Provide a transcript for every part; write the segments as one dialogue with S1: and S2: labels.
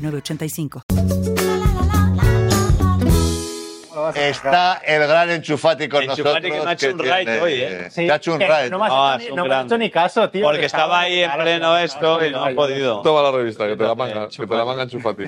S1: 985.
S2: Está el gran enchufati con
S3: Enchufati
S2: nosotros.
S3: que me ha hecho un raid
S2: tiene-
S3: hoy, ¿eh?
S2: Te ha hecho un
S4: que
S2: raid.
S4: No me has,
S3: Ah,
S4: hecho,
S3: es
S4: ni,
S3: un
S4: no me has
S3: grande.
S4: hecho ni caso, tío.
S3: Porque estaba ahí en
S4: claro,
S3: pleno
S4: claro,
S3: esto y no ha
S4: claro.
S3: podido.
S5: Toma la revista, que te la
S3: Eh,
S5: manga, que te
S3: chupate.
S5: la manga enchufati.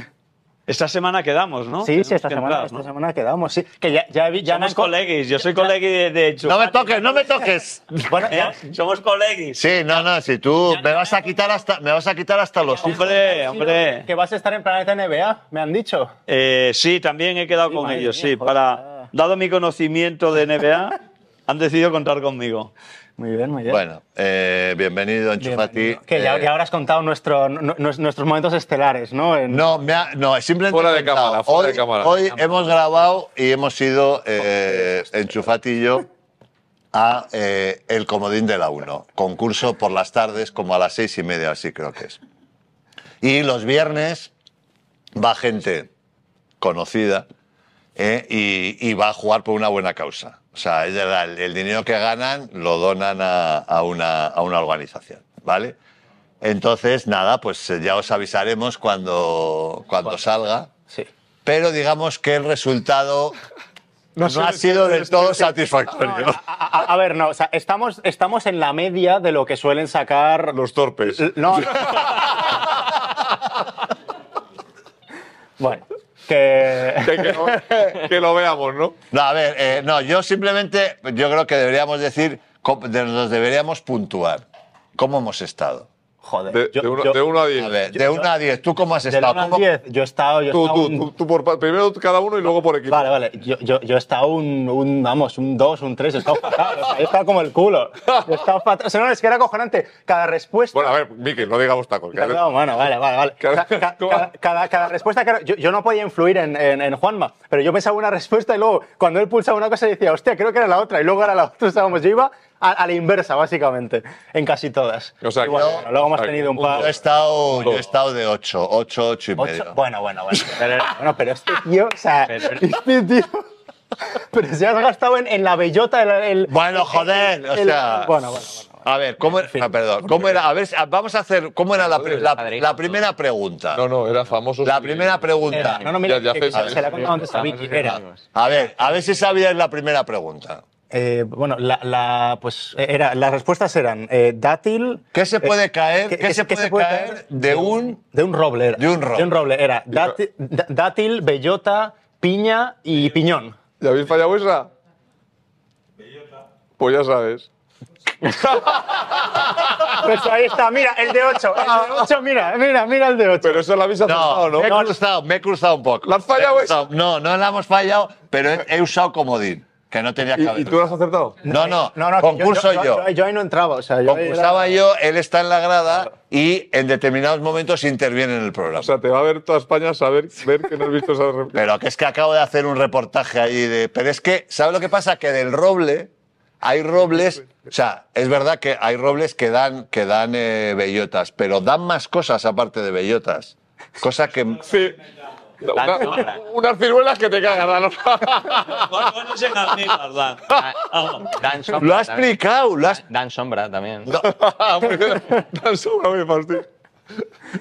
S3: Esta semana quedamos, ¿no?
S4: Sí, sí, esta
S3: Tenemos que
S4: semana,
S3: entrar,
S4: esta
S3: ¿no?
S4: semana quedamos. Sí, que ya, ya, vi- ya me
S3: Somos
S4: han co-
S3: coleguis, yo soy colegui de, de
S2: No me
S3: Enchufati,
S2: toques, no me toques.
S4: Bueno,
S3: ¿eh?
S4: ya,
S3: Somos coleguis.
S2: Sí, no, no, si tú me vas a quitar hasta, me vas a quitar hasta los hijos.
S3: Hombre, hombre.
S4: que vas a estar en Planeta NBA, me han dicho.
S3: Eh, sí, también he quedado
S4: Sí,
S3: con
S4: madre
S3: ellos,
S4: mía,
S3: sí.
S4: joder,
S3: Para,
S4: nada.
S3: dado mi conocimiento de NBA, han decidido contar conmigo.
S4: Muy bien, muy bien.
S2: Bueno, eh, bienvenido, enchufati.
S4: Bienvenido. Que ya,
S2: Eh,
S4: ya habrás contado nuestro, nu- nu- nuestros momentos estelares, ¿no? En-
S2: No, me ha- no, simplemente.
S5: Fuera
S2: he
S5: de
S2: contado.
S5: cámara, fuera
S2: hoy,
S5: de cámara.
S2: Hoy hemos grabado y hemos ido, eh, Enchufati y yo, a eh, El Comodín de la 1. Concurso por las tardes, como a las seis y media, así creo que es. Y los viernes va gente conocida eh, y, y va a jugar por una buena causa. O sea, es verdad, el, el dinero que ganan lo donan a, a una, a una organización, ¿vale? Entonces, nada, pues eh, ya os avisaremos cuando, cuando salga.
S4: Sí.
S2: Pero digamos que el resultado no,
S5: sé,
S2: ha
S5: sí,
S2: sido Ah, del todo
S4: No,
S2: satisfactorio.
S4: a, a- a ver, no, o sea, estamos, estamos en la media de lo que suelen sacar
S5: Los torpes.
S4: No. no. bueno, que.
S5: Que, que lo, que lo veamos, ¿no?
S2: No, a ver, eh, no, yo simplemente, yo creo que deberíamos decir, cómo- de- nos deberíamos puntuar. ¿Cómo hemos estado?
S4: Joder.
S5: De,
S4: yo-
S5: de uno,
S4: yo-
S5: de uno a
S2: A
S5: 10.
S2: ver, de 1 a 10, ¿tú cómo has
S4: del
S2: estado?
S4: uno al
S2: ¿Cómo-
S4: 10, yo he estado. Yo he
S5: Tú,
S4: estado
S5: tú,
S4: un-
S5: tú, tú por pa- primero cada uno y luego por equipo.
S4: Vale, vale. Yo, yo, yo he estado un, un, vamos, un 2, un 3. He estado fatal. o sea, he estado como el culo. Yo he estado fatal. O sea, no, es que era acojonante. Cada respuesta.
S5: Bueno, a ver, Miquel, no digamos tacos. que a ver-
S4: No, bueno, vale, vale, vale.
S5: Claro.
S4: Ca- ca-
S5: ¿Cómo?
S4: cada, cada- cada respuesta, claro, yo, yo no podía influir en, en- en Juanma, pero yo pensaba una respuesta y luego cuando él pulsaba una cosa decía, hostia, creo que era la otra, y luego era la otra, usábamos, yo iba a, a la inversa, básicamente, en casi todas.
S5: O sea,
S4: Y bueno,
S5: yo-
S4: bueno, luego hemos
S5: a ver,
S4: tenido un
S5: un
S4: par...
S2: Yo he estado, yo he estado de 8, 8, 8 y
S4: Ocho-
S2: medio.
S4: bueno, bueno, bueno. Pero, bueno, pero este tío, o sea, este tío... Pero se has gastado en, en la bellota, el... el-
S2: Bueno, joder, o
S4: Eh, el-
S2: sea.
S4: Bueno, bueno, bueno.
S2: A ver, ¿cómo era? ah, perdón, ¿cómo era? A ver, si- vamos a hacer. ¿Cómo era la, pre- la- la primera pregunta?
S5: No, no, era famoso.
S2: La primera pregunta.
S4: Era- no, no, mira,
S5: Ya- ya
S4: que-
S5: haces-
S4: se, la he contado antes a Vicky, era...
S2: A ver, a ver si sabías la primera pregunta.
S4: Eh, bueno, la, la- pues era, las respuestas eran eh, dátil.
S2: ¿Qué se puede caer?
S4: ¿qué-
S2: ¿Qué
S4: qué-
S2: se
S4: qué
S2: puede caer de un
S4: de un roble? Era.
S2: de un roble.
S4: era dátil, da- dátil, bellota, piña y piñón.
S5: ¿Ya habéis fallado esa? Pues ya sabes.
S4: Pues ahí está, mira, el de 8. El de 8, mira, mira, mira el de 8.
S5: Pero esa la habéis acertado,
S2: No,
S5: ¿no?
S2: me he cruzado, me he cruzado un poco.
S5: ¿La has fallado
S2: Me he cruzado. No, no la hemos fallado, pero he, he usado comodín, que no tenía que
S5: ¿Y, y
S2: haber.
S5: tú la has acertado?
S2: No, no,
S4: que
S2: concurso yo.
S4: Yo, ahí no entraba, o sea, yo ahí era-
S2: Concursaba yo, él está en la grada y en determinados momentos interviene en el programa.
S5: O sea, te va a ver toda España a saber ver que no has visto esa réplica.
S2: Pero que es que acabo de hacer un reportaje ahí de. Pero es que, ¿sabes lo que pasa? Que del roble hay robles. O sea, es verdad que hay robles que dan, que dan eh, bellotas, pero dan más cosas aparte de bellotas. Cosa que.
S5: Sí. Una- unas ciruelas que te cagan. ¿no?
S3: Bueno, es en Almíbar, Dan. Ah,
S4: Ah,
S3: Vamos.
S6: Dan sombra.
S2: Lo ha
S6: también.
S2: explicado, lo ha explicado.
S6: Dan sombra también.
S5: Tan sobra muy fácil.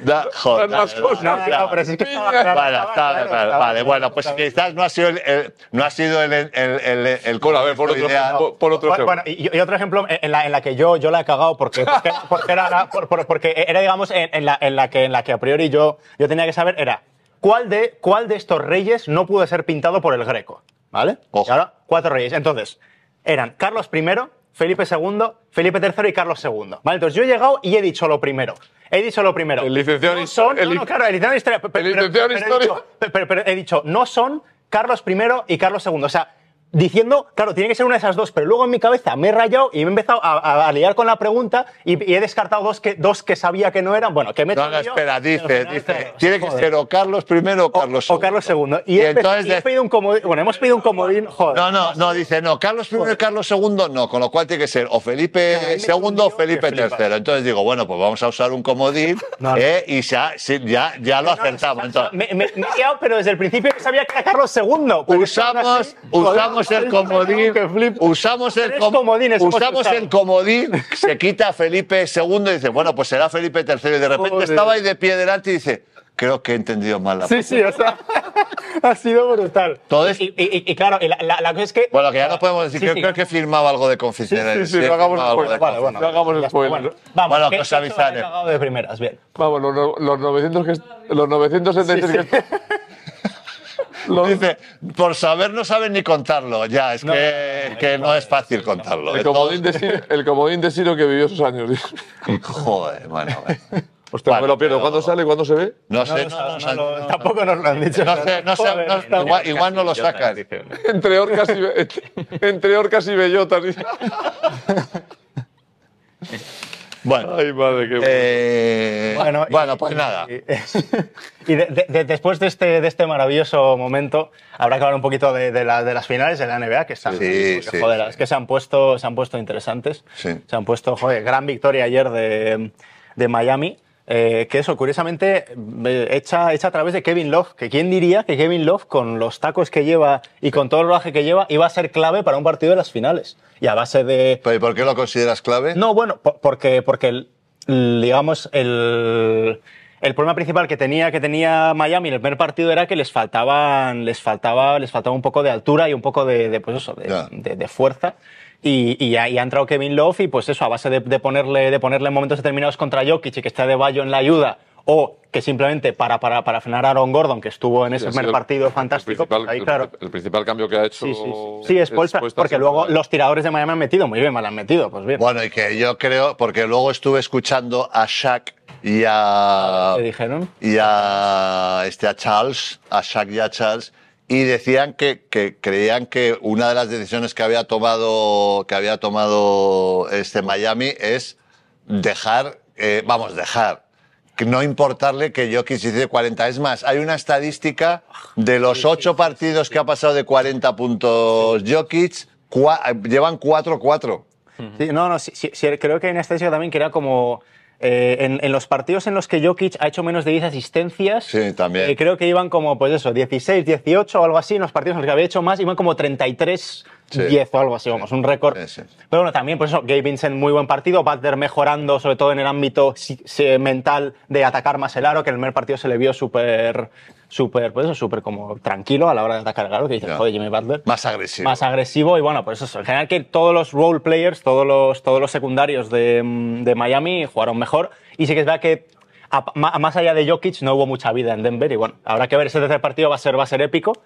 S2: Da- joder,
S5: Dan más
S2: da-
S5: cosas.
S2: da-
S4: No, no, pero sí que estaba
S5: Piña.
S4: claro,
S2: Vale,
S4: estaba
S2: está-
S4: claro,
S2: vale,
S4: estaba
S2: vale,
S4: claro,
S2: bueno, pues
S4: estaba claro.
S2: quizás no ha sido el, el- no ha sido el, el, el, el
S5: Bueno, a ver, por otro,
S2: ideal.
S5: por, por otro
S4: Bueno,
S5: ejemplo.
S4: bueno, y, y otro ejemplo en la, en la que yo, yo la he cagado porque, porque, porque era, la- por- por- porque era, digamos, en, en la, en, la que, en la que a priori yo, yo tenía que saber era cuál de, cuál de estos reyes no pudo ser pintado por el greco. ¿Vale?
S2: Ojo.
S4: Y ahora, cuatro reyes. Entonces, eran Carlos I, Felipe II, Felipe III y Carlos II. ¿Vale? Entonces yo he llegado y he dicho lo primero. He dicho lo primero.
S5: El licenciado en
S4: No son-
S5: histo- el
S4: no, no,
S5: lic-
S4: claro, el licenciado en historia. pe- pe-
S5: el
S4: pero-
S5: licenciado en
S4: pero he dicho-
S5: historia.
S4: pero, pero- pero he dicho, no son Carlos I y Carlos II. O sea, diciendo, claro, tiene que ser una de esas dos, pero luego en mi cabeza me he rayado y me he empezado a, a- a liar con la pregunta y, y he descartado dos que, dos que sabía que no eran. Bueno, que me he
S2: No, no,
S4: traído yo,
S2: espera,
S4: y al
S2: dice,
S4: final,
S2: dice.
S4: claro,
S2: Tiene que
S4: joder.
S2: ser o Carlos I o Carlos II.
S4: O Carlos II. Y,
S2: Y
S4: he,
S2: entonces
S4: y he
S2: de-
S4: pedido un comodín. Bueno, hemos pedido un comodín. Joder.
S2: No, no, no, dice, no, Carlos I y Carlos II no, con lo cual tiene que ser o Felipe II o Felipe
S4: que flipas.
S2: III. Entonces digo, bueno, pues vamos a usar un comodín
S4: No, no.
S2: ¿eh? y ya, sí, ya, ya lo acertamos. Entonces,
S4: Me, me, me he liado, pero desde el principio sabía que era Carlos II. pero es que aún
S2: usamos,
S4: así, joder,
S2: usamos el
S4: es un
S2: comodín,
S4: que flipo.
S2: usamos el
S4: Tres
S2: com-
S4: comodines hemos
S2: usamos
S4: usado.
S2: el comodín, se quita Felipe II y dice, bueno, pues será Felipe III. Y de repente
S4: Joder.
S2: estaba ahí de pie delante y dice, creo que he entendido mal la
S4: Sí, sí, o sea, ha sido brutal.
S2: Todo es-
S4: Y, y- y- y claro, y la, la- la cosa es que...
S2: Bueno, que ya no podemos decir,
S4: Sí,
S2: creo,
S4: sí.
S2: creo que firmaba algo de
S5: Sí,
S2: confidencialidad.
S5: sí, no hagamos
S2: firmaba algo
S5: spoiler.
S2: de
S4: Vale, bueno.
S5: No hagamos spoiler.
S4: Bueno, vamos,
S2: Bueno,
S4: que
S2: que os
S4: esto lo he
S2: avisaré.
S4: cagado de primeras, bien.
S5: Vamos, los, no- los 900 que, los 976 que los-
S2: Dice, por saber no saben ni contarlo. Ya, es que, que no es fácil contarlo.
S5: el,
S2: De
S5: comodín de
S2: todos-
S5: Ciro, el comodín de Ciro que vivió sus años.
S2: Joder, bueno.
S5: Hostia,
S2: Bueno,
S5: me lo pierdo.
S2: pero-
S5: ¿Cuándo sale? ¿Cuándo se ve?
S2: No
S4: No
S2: sé,
S4: lo
S2: no,
S4: sabe,
S2: no,
S4: no
S2: no,
S4: lo- tampoco nos lo han dicho.
S2: no sé, no sé,
S4: Joder,
S2: no-
S4: está-
S2: igual, igual no lo sacan.
S5: Entre orcas y, be- entre orcas y bellotas.
S2: Bueno,
S5: Ay, madre, qué
S2: eh, bueno,
S4: y-
S2: pues
S4: y-
S2: nada.
S4: Y, y de- de- de- después de este, de este maravilloso momento, habrá que hablar un poquito de, de la- de las finales de la NBA, que están.
S2: Sí,
S4: porque,
S2: sí,
S4: joder,
S2: sí.
S4: es que se han puesto, se han puesto interesantes.
S2: Sí.
S4: Se han puesto, joder, gran victoria ayer de, de Miami. eh, que eso, curiosamente, eh, hecha, hecha a través de Kevin Love. Que quién diría que Kevin Love, con los tacos que lleva y con todo el rodaje que lleva, iba a ser clave para un partido de las finales. Y a base de,
S2: ¿Pero ¿y por qué lo consideras clave?
S4: no, bueno, po- porque, porque el- el- digamos, el, el problema principal que tenía, que tenía Miami en el primer partido era que les faltaban, les faltaba, les faltaba un poco de altura y un poco de, de, pues eso, de,
S2: Ya.
S4: de- de fuerza. Y, y ha, y ha entrado Kevin Love y pues eso, a base de, de ponerle, de ponerle en momentos determinados contra Jokic y que esté de Bayo en la ayuda, o que simplemente para, para, para frenar a Aaron Gordon, que estuvo en ese
S5: ha
S4: primer
S5: sido el-
S4: partido
S5: El
S4: fantástico,
S5: principal,
S4: pues ahí
S5: el-
S4: claro.
S5: el principal cambio que ha hecho.
S4: Sí, sí, sí. Sí, es Polstra,
S5: Polstra
S4: porque
S5: siempre.
S4: luego los tiradores de Miami han metido, muy bien, mal han metido, pues bien.
S2: Bueno, y que yo creo, porque luego estuve escuchando a Shaq y a.
S4: ¿Qué dijeron?
S2: Y a, este, a Charles, a Shaq y a Charles, y decían que, que creían que una de las decisiones que había tomado, que había tomado este Miami es dejar, eh, vamos, dejar. que No importarle que yo quisiese 40. Es más, hay una estadística de los ocho partidos que ha pasado de 40 puntos Jokic, cua- llevan 4-4.
S4: Sí, no, no, sí, sí, sí, creo que en esta estadística también que era como. eh, en, en los partidos en los que Jokic ha hecho menos de 10 asistencias,
S2: Sí, también.
S4: eh, creo que iban como, pues eso, 16, 18 o algo así. En los partidos en los que había hecho más, iban como 33,
S2: Sí.
S4: 10 o algo así, vamos, un récord.
S2: Sí, sí.
S4: Pero bueno, también, pues eso, Gabe Vincent, muy buen partido. Butler mejorando, sobre todo en el ámbito si- si- mental de atacar más el aro, que en el primer partido se le vio súper, súper, pues eso, súper como tranquilo a la hora de atacar el aro, que dice,
S2: Ya.
S4: joder, Jimmy Butler.
S2: Más agresivo.
S4: Más agresivo y bueno, pues eso. En general que todos los role players, todos los, todos los secundarios de, mm, de Miami jugaron mejor. Y sí que es verdad que a- ma- más allá de Jokic no hubo mucha vida en Denver y bueno, habrá que ver ese tercer partido, va a ser, va a ser épico.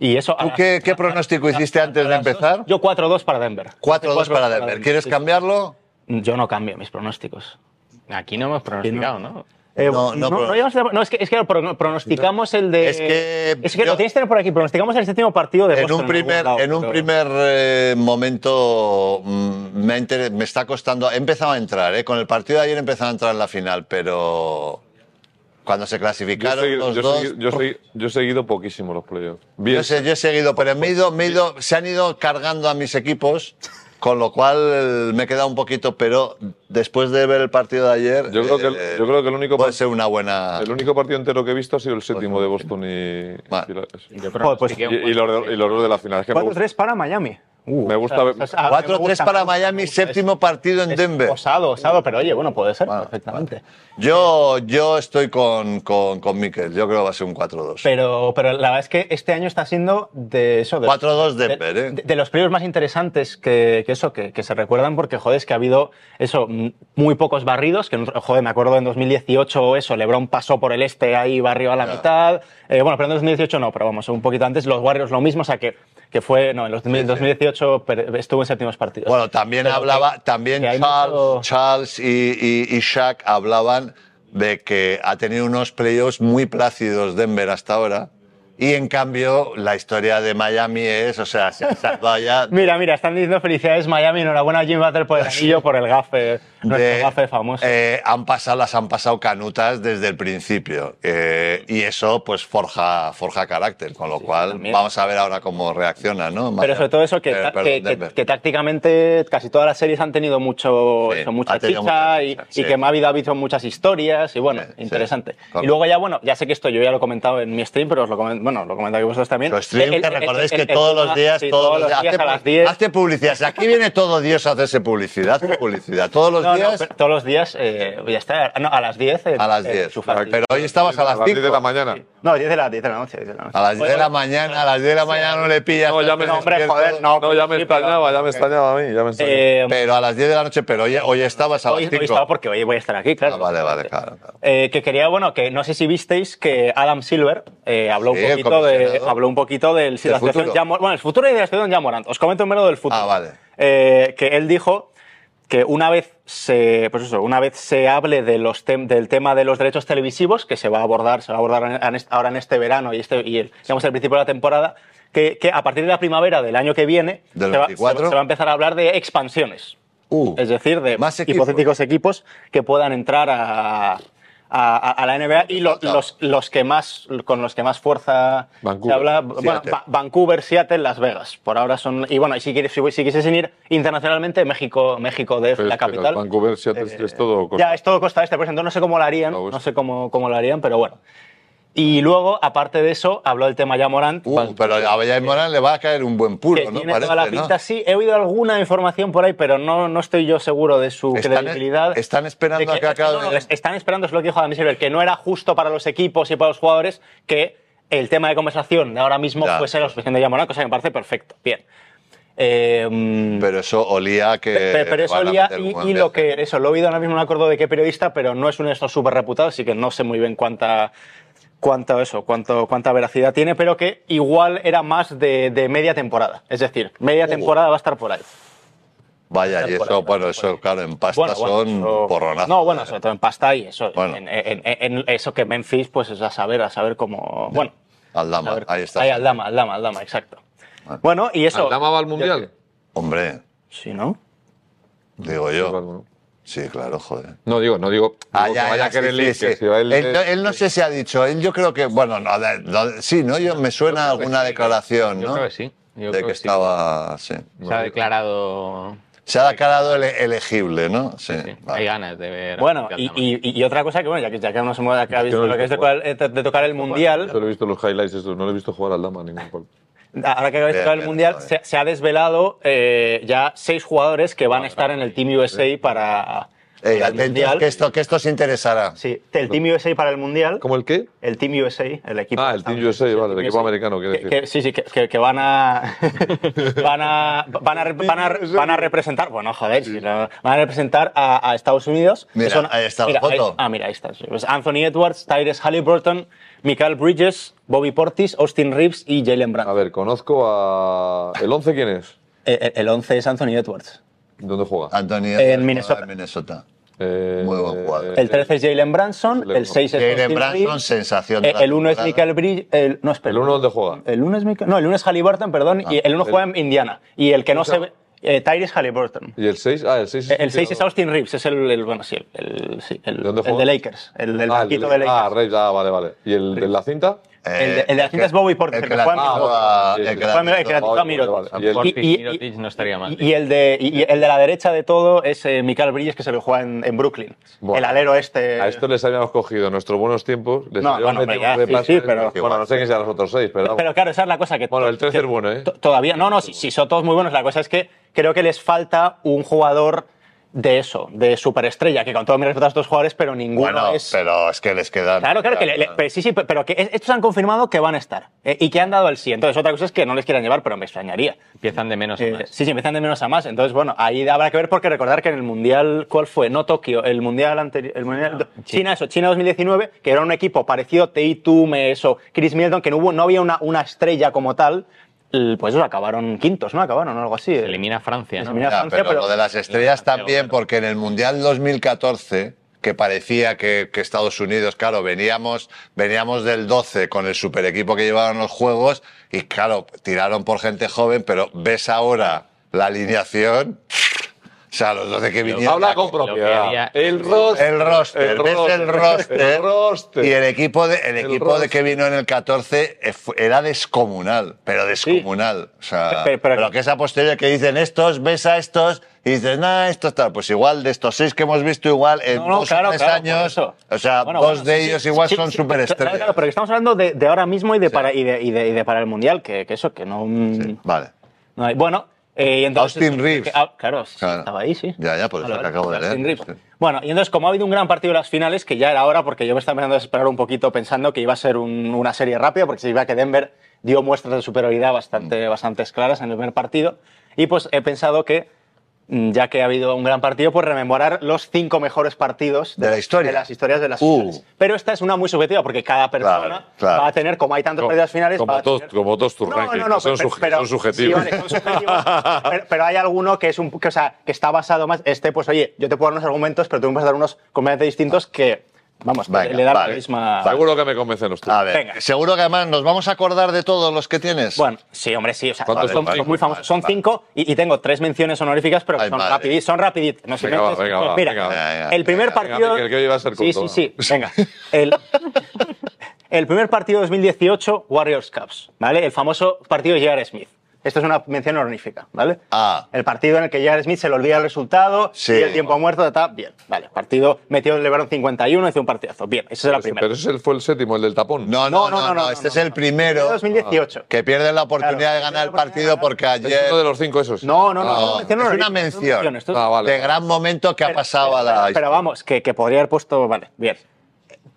S4: Y eso... a
S2: ¿Tú
S4: las-
S2: qué, qué pronóstico hiciste antes de empezar?
S4: Yo 4-2 para Denver.
S2: 4-2 para Denver. ¿Quieres
S4: Sí.
S2: cambiarlo?
S4: Yo no cambio mis pronósticos.
S6: Aquí no hemos pronosticado, ¿no?
S4: Eh,
S2: No, no, pero-
S4: llevamos a- no, es que, es que prono- pronosticamos el de...
S2: Es que
S4: es que
S2: yo-
S4: lo tienes que tener por aquí, pronosticamos el séptimo partido de
S2: En
S4: Boston
S2: un primer,
S4: algún lado,
S2: en un
S4: pero-
S2: primer eh, momento mm, me, ha inter- me está costando. He empezado a entrar, ¿eh? con el partido de ayer he empezado a entrar en la final, pero cuando se
S5: Yo he
S2: clasificaron
S5: seguido-
S2: los
S5: yo he
S2: dos.
S5: seguido- yo he seguido- yo he seguido poquísimo los playoffs. Vi
S2: Yo,
S5: el-
S2: sé, yo he seguido, pero me he ido- me he ido- se han ido cargando a mis equipos, con lo cual eh, me he quedado un poquito, pero después de ver el partido de ayer.
S5: Yo creo que el-
S2: eh,
S5: yo creo que el único
S2: Puede
S5: par-
S2: ser una buena.
S5: El único partido entero que he visto ha sido el séptimo de Boston y.
S2: Vale.
S5: y la-
S6: Yo
S4: Joder, pues-
S5: Y, y los, de- y los dos de la final. Es que me gusta,
S4: 4-3 para Miami. Uh,
S5: me gusta ver.
S4: O sea, a- me
S2: 4-3
S4: gusta,
S2: para
S4: me gusta, me
S2: Miami,
S4: gusta.
S2: séptimo partido en
S4: Es
S2: Denver.
S4: Osado, osado, pero oye, bueno, puede ser
S2: Bueno,
S4: perfectamente.
S2: Yo, yo estoy con, con, con Mikel, yo creo que va a ser un 4-2.
S4: Pero, pero la verdad es que este año está siendo de eso. De,
S2: 4-2
S4: de,
S2: Denver, ¿eh?
S4: de- de los premios más interesantes que, que eso, que, que se recuerdan, porque joder, es que ha habido eso, mm, muy pocos barridos. Que, no- joder, me acuerdo en 2018 eso, LeBron pasó por el este ahí, barrió a la
S2: Ya.
S4: mitad. Eh, bueno, pero en 2018 no, pero vamos, un poquito antes, los Warriors lo mismo, o sea que, que fue, no, en los 2000 2018 per- estuvo en séptimos partidos.
S2: Bueno, también
S4: Pero
S2: hablaba,
S4: que-
S2: también
S4: que hay
S2: Charles,
S4: mucho-
S2: Charles y, y, y Shaq hablaban de que ha tenido unos playoffs muy plácidos Denver hasta ahora Y en cambio, la historia de Miami es, o sea, se ha salvado ya
S4: Mira, mira, están diciendo felicidades Miami, enhorabuena a Jim Butler por el anillo, por el gafe, nuestro
S2: de-
S4: gafe famoso.
S2: eh, han pasado, las han pasado canutas desde el principio. eh, y eso, pues, forja, forja carácter. Con lo cual,
S4: también.
S2: vamos a ver ahora cómo reacciona, ¿no?
S4: Pero sobre todo eso, que,
S2: Eh,
S4: ta-
S2: perdón,
S4: que- que-
S2: Denver.
S4: que tácticamente casi todas las series han tenido mucho,
S2: Sí,
S4: eso, mucha
S2: ha tenido
S4: chicha
S2: mucha
S4: y,
S2: chicha,
S4: y
S2: sí.
S4: que me ha habido, ha habido muchas historias y bueno,
S2: Sí, sí,
S4: interesante. y
S2: correcto.
S4: luego ya, bueno, ya sé que esto yo ya lo he comentado en mi stream, pero os lo comento, bueno, lo comentáis vosotros también.
S2: Los streams,
S4: El-
S2: que
S4: el- el-
S2: recordéis
S4: el-
S2: que
S4: el
S2: todos
S4: tema-
S2: los días,
S4: sí,
S2: todos los días,
S4: a
S2: hazte-
S4: las 10.
S2: Hazte publicidad. Si aquí viene todo Dios a hacerse publicidad, hazte publicidad. Todos los
S4: No, no,
S2: días
S4: pero todos los días, eh, ya está, no, a las 10. eh,
S2: a las
S4: eh,
S2: 10.
S4: su fácil.
S2: Pero hoy estabas a las 5.
S5: de la mañana.
S4: No, 10 de la, 10 de la noche. 10 de la noche.
S2: A las 10 de la mañana, a las 10 de la mañana no le pillas.
S5: No, ya me-
S2: no,
S5: hombre,
S2: despierto,
S4: joder,
S5: No, ya me
S4: sí, pero-
S5: extrañaba, ya me extrañaba a mí, ya me extrañaba.
S4: Eh,
S2: Pero a las 10 de la noche, pero hoy, hoy estabas a
S4: hoy,
S2: las
S4: hoy estaba
S2: 5.
S4: porque hoy voy a estar aquí, claro.
S2: Ah, vale, vale, claro. claro.
S4: Eh, que quería, bueno, que no sé si visteis que Adam Silver eh, habló,
S2: Sí,
S4: un
S2: el
S4: poquito de,
S2: comisionado.
S4: habló un poquito del si
S2: Del
S4: la situación
S2: futuro.
S4: ya mor- bueno, el futuro y de la situación ya Morant. Os comento primero del futuro.
S2: Ah, vale.
S4: Eh, que él dijo que una vez se, pues eso, una vez se hable de los tem- del tema de los derechos televisivos, que se va a abordar, se va a abordar en- en este- ahora en este verano y, este, y el, digamos, el principio de la temporada, que, que a partir de la primavera del año que viene
S2: Del
S4: se, va, se va-
S2: 24.
S4: se va a empezar a hablar de expansiones.
S2: Uh,
S4: Es decir, de
S2: más equipos.
S4: hipotéticos equipos que puedan entrar a, a- a- a la NBA y lo-
S2: Faltaba.
S4: los, los que más, con los que más fuerza
S5: Vancouver,
S4: se habla, bueno,
S2: Seattle.
S4: Va- Vancouver, Seattle, Las Vegas. Por ahora son. Y bueno, y si, quieres, si, si quisiesen ir internacionalmente, México, México DF,
S5: Pero
S4: la
S5: espera,
S4: capital.
S5: Vancouver, Seattle,
S4: Eh,
S5: es todo.
S4: Ya, es todo costa este, por ejemplo, no sé cómo lo harían,
S5: Todo
S4: no
S5: oeste.
S4: sé cómo, cómo lo harían, pero bueno. Y luego, aparte de eso, habló del tema ya Morant.
S2: uh, pero a Bellas Morán le va a caer un buen
S4: que
S2: puro, ¿no?
S4: tiene
S2: Parece,
S4: toda la
S2: ¿no?
S4: pinta, sí. He oído alguna información por ahí, pero no, no estoy yo seguro de su credibilidad.
S2: están esperando
S4: De
S2: a
S4: que-
S2: que acabe.
S4: no, no, les están esperando, es lo que dijo Adam Silver, que no era justo para los equipos y para los jugadores que el tema de conversación de ahora mismo
S2: Ya.
S4: fuese la suspensión de Yamorán, cosa que me parece perfecto. Bien. Eh, mm,
S2: Pero eso olía a que.
S4: pe- pero eso
S2: van a
S4: olía
S2: meter un
S4: y,
S2: buen
S4: y lo
S2: viaje.
S4: que eso lo he oído ahora mismo no me acuerdo de qué periodista pero no es uno de estos súper reputados así que no sé muy bien cuánta cuánto eso cuánto cuánta veracidad tiene pero que igual era más de, de media temporada es decir media
S2: Uh.
S4: temporada va a estar por ahí
S2: Vaya, y
S4: Tal cual,
S2: eso,
S4: tal
S2: bueno,
S4: cual.
S2: eso, claro, en pasta son
S4: eso-
S2: porronazos.
S4: No, bueno, sobre todo en pasta y eso.
S2: Bueno.
S4: En, en- en- en eso que Memphis, pues es a saber, a saber cómo. Bueno.
S2: Aldama,
S4: a ver-
S2: ahí está.
S4: Ahí Aldama, Aldama, Aldama, exacto. Bueno, y eso.
S5: ¿Aldama va ¿Ah, al mundial?
S2: Hombre,
S4: Sí, ¿no?
S2: digo
S5: Sí,
S2: yo.
S5: Pues, bueno.
S2: Sí, claro, joder.
S5: No digo, no digo.
S2: Ah,
S5: digo
S2: ya,
S5: que vaya
S2: ya,
S5: a querer
S2: sí,
S5: ir,
S2: sí,
S5: que
S2: sí.
S5: si va él-
S2: Él, no- él no sé si ha dicho, él yo creo que, bueno, no, de- no, sí, ¿no? Yo, me suena alguna declaración,
S6: Yo
S2: ¿no?
S6: creo que sí. Yo
S2: de
S6: creo
S2: que,
S6: que sí.
S2: estaba, sí.
S6: Se ha declarado.
S2: Se ha declarado ele- elegible, ¿no? Sí,
S6: sí,
S2: vale.
S6: Hay ganas de ver.
S4: Bueno,
S6: a
S4: y,
S6: Aldama.
S4: y- y otra cosa que, bueno, ya que, ya que no se mueve, que habéis-
S5: no lo he
S4: lo que es de,
S5: visto
S4: cual- de- de tocar el mundial.
S5: Solo he visto los highlights, esto, no le he visto jugar al Dama ningún partido.
S4: Ahora que habéis
S2: Bien,
S4: tocado el
S2: bien,
S4: Mundial,
S2: está
S4: se, se ha desvelado eh, ya seis jugadores que van a estar en el Team USA para, para
S2: Ey,
S4: el
S2: atentos,
S4: Mundial.
S2: que esto, que esto os interesará.
S4: Sí, el Team USA para el Mundial.
S5: ¿Cómo el qué?
S4: El Team USA, el equipo.
S5: Ah,
S4: que
S5: el Team
S4: estamos-
S5: USA,
S4: sí,
S5: vale, el
S4: Team
S5: equipo
S4: USA.
S5: americano, quiero
S4: Que-
S5: decir.
S4: que- sí, sí, que, que- que van a. van a. Van a, rep- van a- van a representar. Bueno, joder, si no- van a representar a, a Estados Unidos. que
S2: Mira, ahí está la
S4: mira, ahí-
S2: foto.
S4: ah, mira, ahí está. sí. Pues Anthony Edwards, Tyrese Halliburton, Michael Bridges, Bobby Portis, Austin Reeves y Jalen
S5: A
S4: Brown.
S5: ver, conozco a. ¿El 11 quién es?
S4: Eh, eh, El 11 es Anthony Edwards.
S5: ¿Dónde
S4: Ah,
S5: juega?
S2: Antonio
S4: En
S2: Edwards,
S4: Minnesota.
S2: en Minnesota.
S5: Eh,
S2: Muy buen jugador.
S4: El 13 es Jalen Branson,
S5: el-
S4: el 6 es.
S2: Jalen
S4: Austin
S2: Branson,
S4: Reeves,
S2: sensación. de
S4: eh,
S2: la
S4: El 1 es
S2: temporada.
S4: Michael Bridges. el- No, espera.
S5: ¿El 1 dónde juega?
S4: El lunes, Mica- no, el lunes Halliburton, perdón, y el 1
S5: Ah, el-
S4: juega en Indiana. Y el que no
S5: O sea-
S4: se ve, eh, Tyrese Halliburton.
S5: ¿Y el 6? Ah, el 6
S4: Eh, El 6 es Austin Reeves, es el, el- bueno, sí, el, el- sí, el-
S5: ¿De dónde
S4: el
S5: juega?
S4: de Lakers, el del
S5: Ah,
S4: banquito
S5: el-
S4: de
S5: ah,
S4: Lakers.
S5: Reeves, ah, vale, vale. ¿Y el de la cinta?
S4: El de- el de la
S2: que-
S4: cinta es Bobby Portis,
S2: Eh, el
S4: el
S2: que
S4: que
S2: la
S4: juega en
S2: hizo
S5: Minnesota.
S2: a-
S5: Sí,
S2: el
S5: sí.
S2: que la
S4: Fue el que la
S2: hizo-
S4: tocó a
S5: vale, vale,
S4: Mirotic.
S5: vale. Y el-
S6: Portis,
S4: Y- y-
S6: Mirotic no estaría mal. ¿eh?
S4: Y, y el de, y- y el de la derecha de todo es eh, Michael Bridges, que se lo juega en, en Brooklyn.
S5: Buah.
S4: El alero este.
S5: A esto les habíamos cogido en nuestros buenos tiempos. Les
S4: No,
S5: habíamos
S4: bueno, hombre,
S5: metido
S4: ya,
S5: un par de
S4: sí,
S5: pases.
S4: sí, pero-
S5: Bueno, no sé qué sean los otros 6, pero.
S4: Pero claro, esa es la cosa que.
S5: Bueno, el 13
S4: que-
S5: es bueno, ¿eh?
S4: to- Todavía, no, no, sí, sí, son todos muy buenos. La cosa es que creo que les falta un jugador de eso, de superestrella, que con todo mi respeto a estos jugadores, pero ninguno
S2: Bueno,
S4: es.
S2: pero es que les quedan.
S4: Claro, claro, que le- le- pero sí, sí, pero que es- estos han confirmado que van a estar eh, y que han dado el sí. Entonces, otra cosa es que no les quieran llevar, pero me extrañaría.
S6: Empiezan de menos a
S4: Eh,
S6: más.
S4: sí, sí, empiezan de menos a más. Entonces, bueno, ahí habrá que ver porque recordar que en el Mundial, ¿cuál fue? No Tokio, el Mundial anterior, el Mundial... China, eso, China 2019, que era un equipo parecido, Tei Tume, eso, Chris Middleton, que no, hubo, no había una, una estrella como tal, l- pues eso, acabaron quintos, ¿no? Acabaron, o algo así. eh,
S6: Se elimina Francia.
S4: Se
S6: ¿no?
S4: elimina-
S2: Ya,
S4: Francia,
S2: pero
S4: pero-
S2: lo de las estrellas también, porque en el Mundial 2014 que parecía que, que Estados Unidos, claro, veníamos, veníamos del 12 con el super equipo que llevaban los juegos y claro, tiraron por gente joven, pero ves ahora la alineación, o sea, los 12 que vinieron...
S5: Habla
S2: la-
S5: con
S6: que
S5: propiedad.
S6: había-
S5: el roster.
S2: el roster, ves el roster,
S5: El roster.
S2: Y el equipo de, el equipo de
S5: roster.
S2: que vino en el 14 eh, fu- era descomunal, pero descomunal. O sea,
S4: Pe-
S2: pero,
S4: pero-
S2: que esa posterior que dicen estos, ves a estos y dices, nada, estos tal. Pues igual de estos seis que hemos visto, igual en
S4: No, no,
S2: dos
S4: claro,
S2: o tres
S4: claro, por
S2: años,
S4: eso.
S2: o sea,
S4: Bueno,
S2: dos
S4: bueno,
S2: de
S4: sí,
S2: ellos
S4: sí,
S2: igual
S4: sí,
S2: son
S4: sí,
S2: superestrellas.
S4: Claro, claro, pero que estamos hablando de, de ahora mismo y de, para, y de, y de- y de para el mundial, que, que eso, que no. mm,
S2: Vale.
S4: no hay- bueno, eh, y entonces.
S2: Austin Reeves.
S4: que- ah, claro, sí, sí,
S2: Claro.
S4: estaba ahí, sí.
S2: Ya, ya, por eso
S4: Vale,
S2: que acabo de
S4: Austin
S2: leer.
S4: Reeves.
S2: Sí.
S4: Bueno, y entonces, como ha habido un gran partido en las finales, que ya era hora, porque yo me estaba empezando a desesperar un poquito pensando que iba a ser un- una serie rápida, porque se iba que Denver dio muestras de superioridad bastante,
S2: Mm.
S4: bastante claras en el primer partido. Y pues he pensado que, mm, ya que ha habido un gran partido, pues rememorar los cinco mejores partidos
S2: De la historia.
S4: De las historias de las
S2: Uh.
S4: finales. Pero esta es una muy subjetiva, porque cada persona
S2: Claro, claro.
S4: va a tener, como hay tantos partidos finales, va
S5: como,
S4: a
S5: todos,
S4: tener-
S5: como todos tus rankings, que son,
S4: pero-
S5: suge-
S4: pero-
S5: son subjetivos.
S4: sí, vale, son subjetivos, pero, pero hay alguno que es un que, o sea, que está basado más. Este, pues oye, yo te puedo dar unos argumentos, pero tú me vas a dar unos completamente distintos que, vamos, que
S2: Venga,
S4: le dan
S2: vale.
S4: la misma.
S5: Ah. Seguro que me convencen ustedes.
S2: A ver,
S4: Venga.
S2: seguro que además nos vamos a acordar de todos los que tienes.
S4: Bueno, sí, hombre, sí. O sea,
S5: ¿Cuántos
S4: son, son
S5: vale,
S4: muy
S2: vale,
S4: famosos. Son
S2: vale.
S4: cinco y, y tengo tres menciones honoríficas, pero que
S2: Ay,
S4: son
S2: madre.
S4: rapiditas. Son rapiditas. No sé,
S5: Venga,
S4: no sé,
S5: va, venga, va,
S4: mira,
S5: venga,
S2: va.
S4: el primer
S5: Venga,
S4: partido.
S5: Miguel, que hoy va a ser
S4: sí, sí,
S5: corto,
S4: sí. Venga. El, el primer partido 2018, Warriors Cups, ¿vale? El famoso partido de J.R. Smith. Esto es una mención honorífica, ¿vale?
S2: Ah.
S4: El partido en el que J.R. Smith se le olvida el resultado
S2: Sí.
S4: y el tiempo muerto está bien. Vale, partido metió el LeBron 51, hizo un partidazo. Bien, esa es la primera.
S5: Pero ese fue el séptimo, el del tapón.
S2: no, no, no, no, este es el primero
S4: 2018.
S2: que pierde la oportunidad
S4: Claro,
S2: de ganar el
S4: pierde la oportunidad de
S2: partido porque
S5: Es
S2: ayer...
S5: uno de los cinco esos.
S4: No, no, no.
S2: No,
S4: esto mención
S2: Ah, es
S4: honorífica,
S2: una
S4: esto es
S2: mención.
S4: esto es-
S5: Ah, vale.
S2: de gran momento que ha pasado a la.
S4: Pero vamos, que, que podría haber puesto. Vale, bien.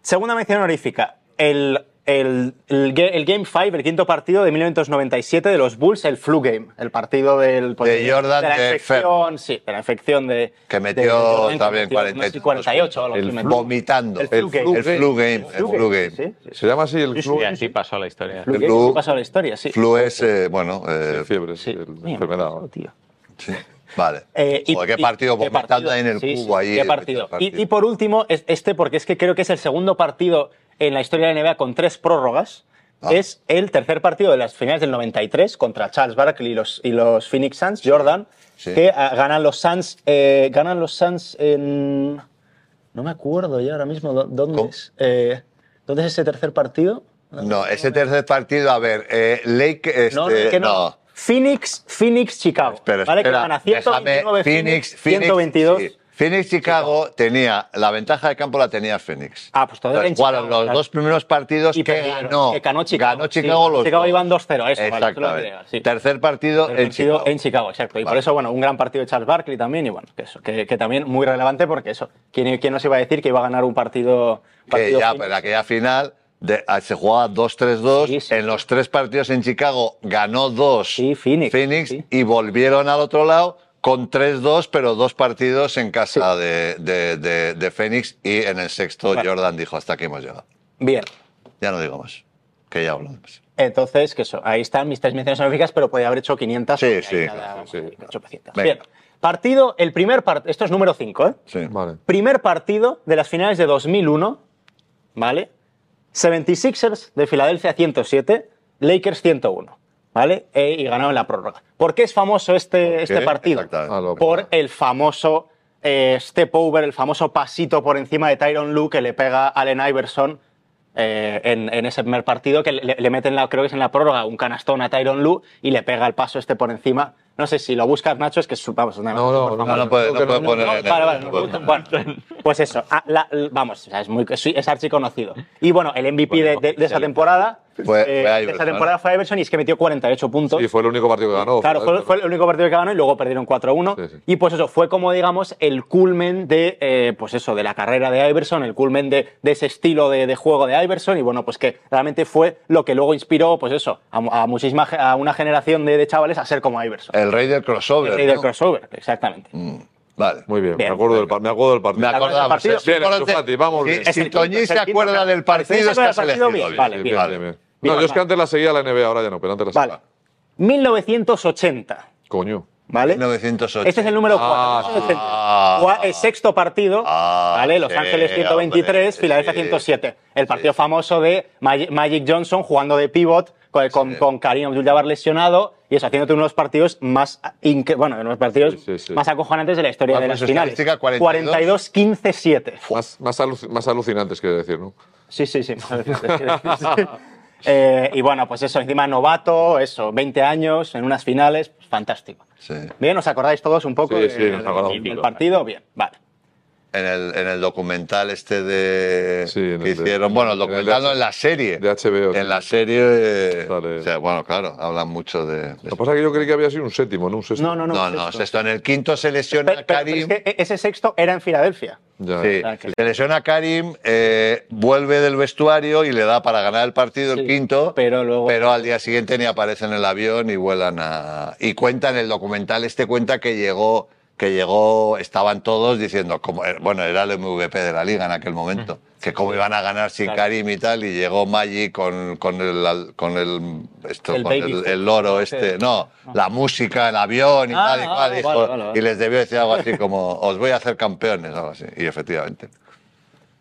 S4: Segunda mención honorífica. El, el, el, ga- el Game 5, el quinto partido de 1997 de los Bulls, el Flu Game. El partido del. pues,
S2: De Jordan
S4: la
S2: de Fer.
S4: infección, sí, de la infección de.
S2: Que
S4: de-
S2: metió
S4: de Jordan, que
S2: también
S4: metió, no sé si 48 o algo así,
S2: el
S4: metió.
S2: vomitando.
S4: El flu game.
S2: El flu game. El flu game.
S4: Sí, sí.
S5: Se llama así el club.
S6: Y así pasó la historia.
S2: El
S4: Flu game,
S2: flu-
S4: sí pasó la historia, sí.
S2: Flu es, eh, bueno, eh,
S5: de fiebre,
S4: Sí.
S5: sí, el-
S4: Mira,
S5: enfermedad.
S4: eso, tío.
S2: sí. vale.
S4: Eh, y-
S2: Joder, qué
S4: y-
S2: partido
S4: qué
S2: vomitando
S4: partido.
S2: ahí en el
S4: Sí,
S2: cubo
S4: sí,
S2: ahí. eh, este
S4: qué partido. Y, y por último, es- este, porque es que creo que es el segundo partido en la historia de la NBA con tres prórrogas.
S2: Ah.
S4: Es el tercer partido de las finales del 93 contra Charles Barkley y los, y los Phoenix Suns, Jordan,
S2: sí.
S4: que ah, ganan los Suns, eh, ganan los Suns en... No me acuerdo ya ahora mismo dó- dónde
S2: ¿Cómo?
S4: es. Eh, ¿Dónde es ese tercer partido?
S2: No, ese tercer partido, a ver, eh, Lake. Este,
S4: No, no, es que no. Phoenix, Phoenix, Chicago.
S2: Pero
S4: ¿vale? Que
S2: espera,
S4: gana
S2: déjame,
S4: 129,
S2: Phoenix, Phoenix,
S4: 122.
S2: sí. Phoenix, Chicago tenía, la ventaja de campo la tenía Phoenix.
S4: Ah, pues todavía
S2: Entonces,
S4: en
S2: jugaron
S4: Chicago,
S2: los
S4: claro.
S2: dos primeros partidos
S4: Y
S2: que
S4: perdieron,
S2: ganó.
S4: Pues que ganó Chicago.
S2: Ganó
S4: Sí,
S2: Chicago los
S4: Chicago
S2: dos.
S4: iban 2-0, eso, vale, tú lo
S2: Exactamente.
S4: agregas, sí.
S2: Tercer partido
S4: El
S2: en
S4: partido
S2: Chicago.
S4: en Chicago, exacto. Y
S2: Vale.
S4: por eso, bueno, un gran partido de Charles Barkley también, y bueno, que, eso, que, que también muy relevante porque eso, ¿quién, ¿quién nos iba a decir que iba a ganar un partido?
S2: que
S4: partido
S2: ya,
S4: fin-
S2: pero en aquella final de- ah, se jugaba 2-3-2.
S4: Sí, sí,
S2: en
S4: sí.
S2: los tres partidos en Chicago ganó dos
S4: Sí, Phoenix, sí.
S2: y volvieron al otro lado con 3-2, pero dos partidos en casa de, de- de- de Phoenix y en el sexto
S4: Vale.
S2: Jordan dijo, hasta aquí hemos llegado.
S4: Bien.
S2: Ya no digo más, que ya hablamos.
S4: Entonces, que eso, ahí están mis tres menciones honoríficas, pero podía haber hecho 500.
S2: Sí,
S4: porque
S2: sí,
S4: hay nada,
S5: sí, sí.
S4: ocho pesetas.
S2: Venga.
S4: Bien. Partido, el primer partido, esto es número 5, ¿eh?
S2: Sí.
S5: Vale.
S4: Primer partido de las finales de 2001, ¿vale? 76ers de Filadelfia 107, Lakers 101, ¿vale? E- y ganaron la prórroga. ¿Por qué es famoso este, este partido?
S2: Exactamente.
S5: Ah, lo-
S4: Por el famoso eh, step over, el famoso pasito por encima de Tyron Lue que le pega a Allen Iverson eh, en, en ese primer partido, que le, le meten, la, creo que es en la prórroga, un canastón a Tyron Lue y le pega el paso este por encima. No sé si lo buscas, Nacho, es que es, vamos, una
S5: No, no,
S2: No, no puede, no
S5: que
S2: puede poner
S4: no,
S2: en el-
S4: vale, vale,
S2: no
S4: no,
S2: puede
S4: no,
S2: poner.
S4: bueno, pues eso, ah, la- l- vamos, o sea, es, muy, es, es archiconocido. Y bueno, el MVP de- de, de esa temporada eh,
S2: Fue- fue
S4: de
S2: Iverson.
S4: esa temporada fue Iverson y es que metió 48 puntos.
S5: Y fue el único partido que ganó.
S4: Claro, fue, fue el único partido que ganó y luego perdieron 4-1.
S5: Sí, sí.
S4: Y pues eso, fue como, digamos, el culmen de, eh, pues eso, de la carrera de Iverson, el culmen de, de ese estilo de, de juego de Iverson. Y bueno, pues que realmente fue lo que luego inspiró, pues eso, a, a muchísima, ge- a una generación de, de chavales a ser como Iverson.
S2: El rey del crossover.
S4: El rey del
S2: ¿no? Mm,
S4: crossover, exactamente.
S2: Vale.
S5: Muy bien,
S4: Bien.
S5: me, acuerdo del, par- me acuerdo del
S2: Me
S5: partido.
S4: acuerdo
S2: acordaba.
S4: partido.
S2: Sí,
S5: Bien,
S2: acuérdate.
S5: Ansu Fati, vamos
S2: Si-
S5: bien.
S2: Si, Toñi se acuerda del
S4: Si
S2: partido,
S4: se
S2: es que has
S4: acuerda del partido,
S2: elegido.
S4: bien.
S2: bien.
S4: Vale, bien,
S2: Vale.
S5: bien.
S4: Bien,
S5: No, yo es
S4: vale.
S5: que antes la seguía la NBA, ahora ya no, pero antes la seguía.
S4: Vale. 1980,
S5: Coño.
S4: ¿Vale?
S2: 908.
S4: Este es el número 4.
S5: Ah,
S4: el sexto partido,
S2: Ah,
S4: ¿vale? Los
S2: sí,
S4: Ángeles 123,
S2: hombre,
S4: Filadelfia
S2: sí.
S4: 107. El partido famoso de Magi- Magic Johnson jugando de pivot con, con, con Karim Abdul-Jabbar lesionado y eso, haciendo uno de los partidos más inque- bueno, de los partidos
S5: Sí, sí, sí.
S4: más acojonantes de la historia
S2: ¿Cuál
S4: de
S2: fue
S4: las
S2: su
S4: finales.
S2: estadística? 42.
S4: 42-15-7.
S5: Más, más, aluc- más alucinantes, quiero decir, ¿no?
S4: Sí, sí, sí. Eh, y bueno, pues eso, encima novato, eso, 20 años, en unas finales, pues, fantástico.
S2: Sí.
S4: Bien, ¿os acordáis todos un poco
S5: Sí,
S4: de-
S5: sí, nos
S4: del-
S5: acordamos.
S4: del partido? Bien, vale.
S2: En el, en el documental este de
S5: Sí, en el
S2: que
S5: de-
S2: hicieron, bueno, el
S5: en el de
S2: documental no,
S5: H-
S2: en la serie.
S5: de HBO,
S2: En
S5: sí.
S2: la serie. eh,
S5: Sale.
S2: o sea, bueno, claro, hablan mucho de. de-
S5: Lo que pasa es que yo creí que había sido un séptimo, Pues ¿no? Un sexto.
S4: No, no, no.
S2: no, no,
S4: sexto.
S2: sexto. En el quinto se lesiona
S4: Pe- pe- pero
S2: Karim.
S4: es que e- ese sexto era en Filadelfia.
S5: Ya.
S2: Sí.
S4: Ah, que-
S2: Se lesiona Karim, eh, vuelve del vestuario y le da para ganar el partido el
S4: Sí,
S2: quinto,
S4: pero luego-
S2: pero al día siguiente ni aparece en el avión y vuelan a... Y cuentan, el documental este cuenta que llegó, que llegó, estaban todos diciendo, como, eh, bueno, era el MVP de la liga en aquel momento, que cómo iban a ganar sin Karim y tal, y llegó Maggi con, con el... al- Con el esto,
S4: El
S2: con
S4: baby.
S2: el- el loro este, no, la música, el avión y
S4: Ah,
S2: tal y
S4: ah,
S2: cual,
S4: vale,
S2: dijo-
S4: vale, vale.
S2: y les debió decir algo así como, os voy a hacer campeones, algo así. Y efectivamente.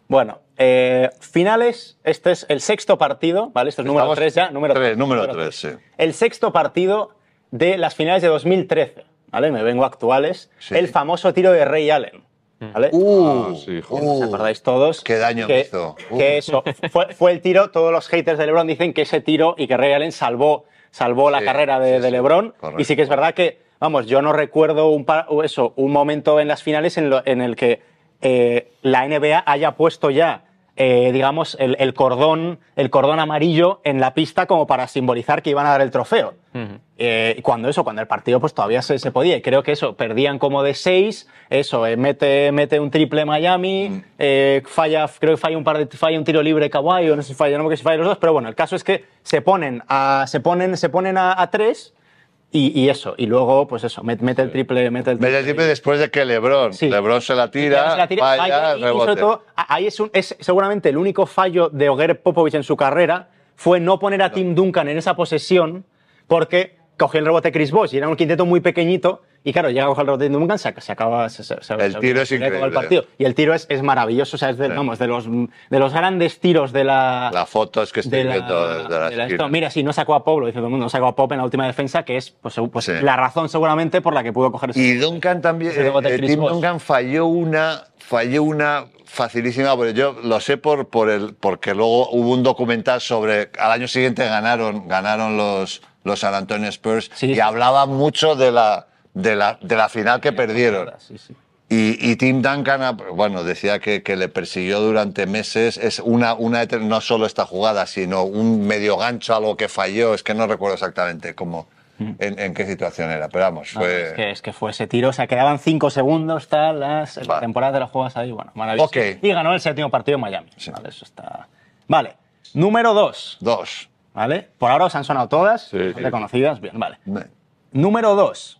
S4: Bueno, eh, finales, este es el sexto partido, ¿vale? Esto es número
S2: Estamos-
S4: 3 ya, número
S2: tres,
S4: tres,
S2: número
S4: tres.
S2: tres, sí.
S4: El sexto partido de las finales de 2013, ¿vale? Me vengo a actuales.
S2: Sí.
S4: El famoso tiro de Ray Allen, ¿vale?
S2: Uh,
S5: sí, joder.
S2: uh,
S4: ¿Os acordáis todos?
S2: qué daño
S4: que,
S2: me hizo. Uh.
S4: que eso, fue, fue el tiro, todos los haters de LeBron dicen que ese tiro y que Ray Allen salvó, salvó la
S2: Sí,
S4: carrera de,
S2: sí,
S4: de
S2: sí,
S4: LeBron.
S2: correcto.
S4: Y sí que es verdad que, vamos, yo no recuerdo un, pa- o eso, un momento en las finales en, lo- en el que eh, la NBA haya puesto ya, eh, digamos, el, el cordón, el cordón amarillo en la pista como para simbolizar que iban a dar el trofeo. Eh, y cuando eso, cuando el partido pues todavía se, se podía. Y creo que eso, perdían como de seis, eso, eh, mete, mete un triple Miami, eh, falla, creo que falla un, par de, falla un tiro libre Kawhi, o no sé si falla, no me acuerdo si falla los dos, pero bueno, el caso es que se ponen a, se ponen, se ponen a, a tres y, y eso, y luego pues eso, met- mete el triple, mete el triple.
S2: Meryl Streep después de que Lebron,
S4: Sí.
S2: Lebron se la
S4: Y además
S2: tira,
S4: la tira,
S2: falla,
S4: falla, y- y sobre
S2: rebote.
S4: todo, a- ahí es, un- es seguramente el único fallo de Oger Popovich en su carrera fue no poner a Tim Duncan en esa posesión porque cogió el rebote Chris Bosh y era un quinteto muy pequeñito y claro, llega a coger el rebote Tim Duncan, se, ac- se acaba... se- se- se-
S2: El
S4: se-
S2: tiro es
S4: se acaba
S2: increíble.
S4: El partido. Y el tiro es, es maravilloso, o sea, es de,
S2: Sí.
S4: vamos, de, los, de los grandes tiros de la...
S2: La foto es que estoy
S4: de la-
S2: viendo desde la,
S4: de la-
S2: esquina.
S4: esto. Mira, si no sacó a Pablo, dice todo el mundo, no sacó a Pop en la última defensa, que es pues, pues,
S2: Sí.
S4: la razón seguramente por la que pudo coger ese
S2: Y
S4: rebote.
S2: Duncan también,
S4: Ese rebote
S2: eh,
S4: de
S2: eh,
S4: Chris
S2: Tim
S4: Bosh.
S2: Duncan falló una, falló una facilísima, pero yo lo sé por, por el, porque luego hubo un documental sobre, al año siguiente ganaron, ganaron los, los San Antonio Spurs
S4: Sí,
S2: y
S4: sí.
S2: hablaba mucho de la, de la, de la final que perdieron.
S4: Sí, sí.
S2: Y, y Tim Duncan, ah, bueno, decía que, que le persiguió durante meses. Es una, una eter- no solo esta jugada, sino un medio gancho, algo que falló. Es que no recuerdo exactamente cómo, en, en qué situación era. Pero vamos,
S4: Mm. No,
S2: fue.
S4: es, que, es que fue ese tiro, o sea, quedaban 5 segundos, tal, las la
S2: Vale.
S4: temporada de las juegas ahí, bueno, maravilloso.
S2: Ok.
S4: Y ganó el séptimo partido en Miami.
S2: Sí.
S4: Vale, eso está. Vale, número 2,
S2: Dos.
S4: ¿vale? Por ahora os han sonado todas,
S5: Sí,
S4: son
S5: sí.
S4: reconocidas, bien, vale.
S2: Me-
S4: Número 2,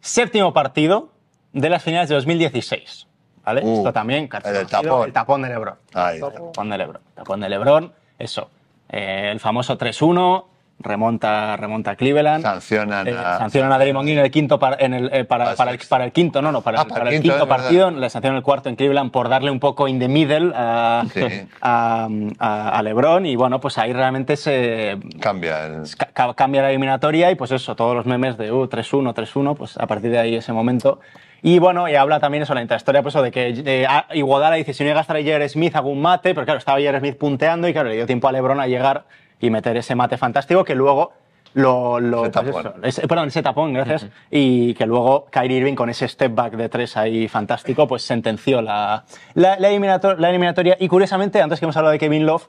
S4: séptimo partido de las finales de 2016, ¿vale?
S2: Uh,
S4: Esto también, cacho,
S2: el del
S4: conocido,
S2: tapón.
S4: el tapón de Lebron.
S2: Ahí.
S4: Tapón de Lebron. Tapón de Lebron, eso. Eh, el famoso 3-1, remonta, remonta a Cleveland.
S2: Sancionan
S4: Eh,
S2: a-
S4: sancionan a Draymond Green en el quinto par- en el, eh, para,
S2: Al
S4: para el,
S2: sexto.
S4: para el quinto, no, no, para,
S2: Ah,
S4: el, para el quinto,
S2: es verdad.
S4: partido, le sancionan el cuarto en Cleveland por darle un poco in the middle a,
S2: Sí.
S4: a, a- a LeBron y bueno, pues ahí realmente se
S2: Cambia. el-
S4: ca- ca- cambia la eliminatoria y pues eso, todos los memes de uh, 3-1, 3-1, pues a partir de ahí ese momento. Y bueno, y habla también eso, la intrahistoria, pues eso de que eh, a- Iguodala dice, si no llega a estar J.R. Smith, hago un mate, pero claro, estaba J.R. Smith punteando y claro, le dio tiempo a Lebron a llegar y meter ese mate fantástico que luego lo... lo
S2: Ese
S4: pues
S2: tapón.
S4: eso, ese- perdón, ese tapón, gracias. Y que luego Kyrie Irving con ese step back de tres ahí fantástico, pues sentenció la, la, la eliminator- la eliminatoria. Y curiosamente, antes que hemos hablado de Kevin Love,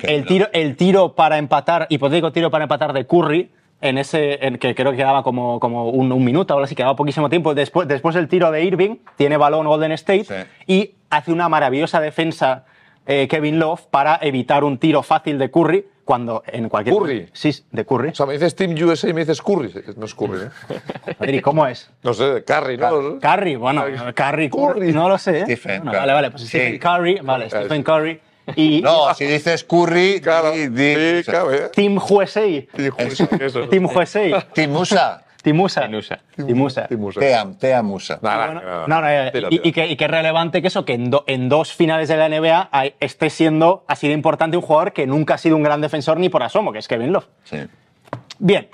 S4: el tiro, el tiro para empatar, hipotético tiro para empatar de Curry, en ese, en que creo que quedaba como, como un, un minuto, ahora sí quedaba poquísimo tiempo. Después, después el tiro de Irving, tiene balón Golden State
S2: Sí.
S4: y hace una maravillosa defensa eh, Kevin Love para evitar un tiro fácil de Curry cuando en cualquier.
S5: Curry.
S4: Sí, de Curry.
S5: O sea, me dices Team USA y me dices Curry. No es Curry, ¿eh?
S4: Joder, ¿y cómo es?
S5: No sé, Curry, ¿no?
S4: Curry, bueno, Curry, Curry, no lo sé. ¿eh?
S2: Stephen
S4: Bueno,
S2: Curry.
S4: vale, vale, pues
S2: Sí.
S4: Stephen Curry, vale,
S5: Claro,
S4: Stephen
S5: sí.
S4: Curry. Y
S2: No, si dices Curry,
S5: Claro.
S2: di-
S5: Sí,
S2: di-
S5: claro, ¿eh?
S4: Team USA.
S5: Sí, justo, eso.
S4: Team USA.
S2: Team USA.
S4: Timusa.
S6: Tinusa.
S4: Timusa.
S5: Timusa.
S2: Team, Teamusa.
S4: Y
S7: Nada,
S4: bueno,
S7: nada,
S4: no, no, eh,
S7: Tira,
S4: y,
S7: tira.
S4: y que, y que es relevante que eso, que en, do- en dos finales de la NBA hay- esté siendo así de importante un jugador que nunca ha sido un gran defensor ni por asomo, que es Kevin Love.
S2: Sí.
S4: Bien.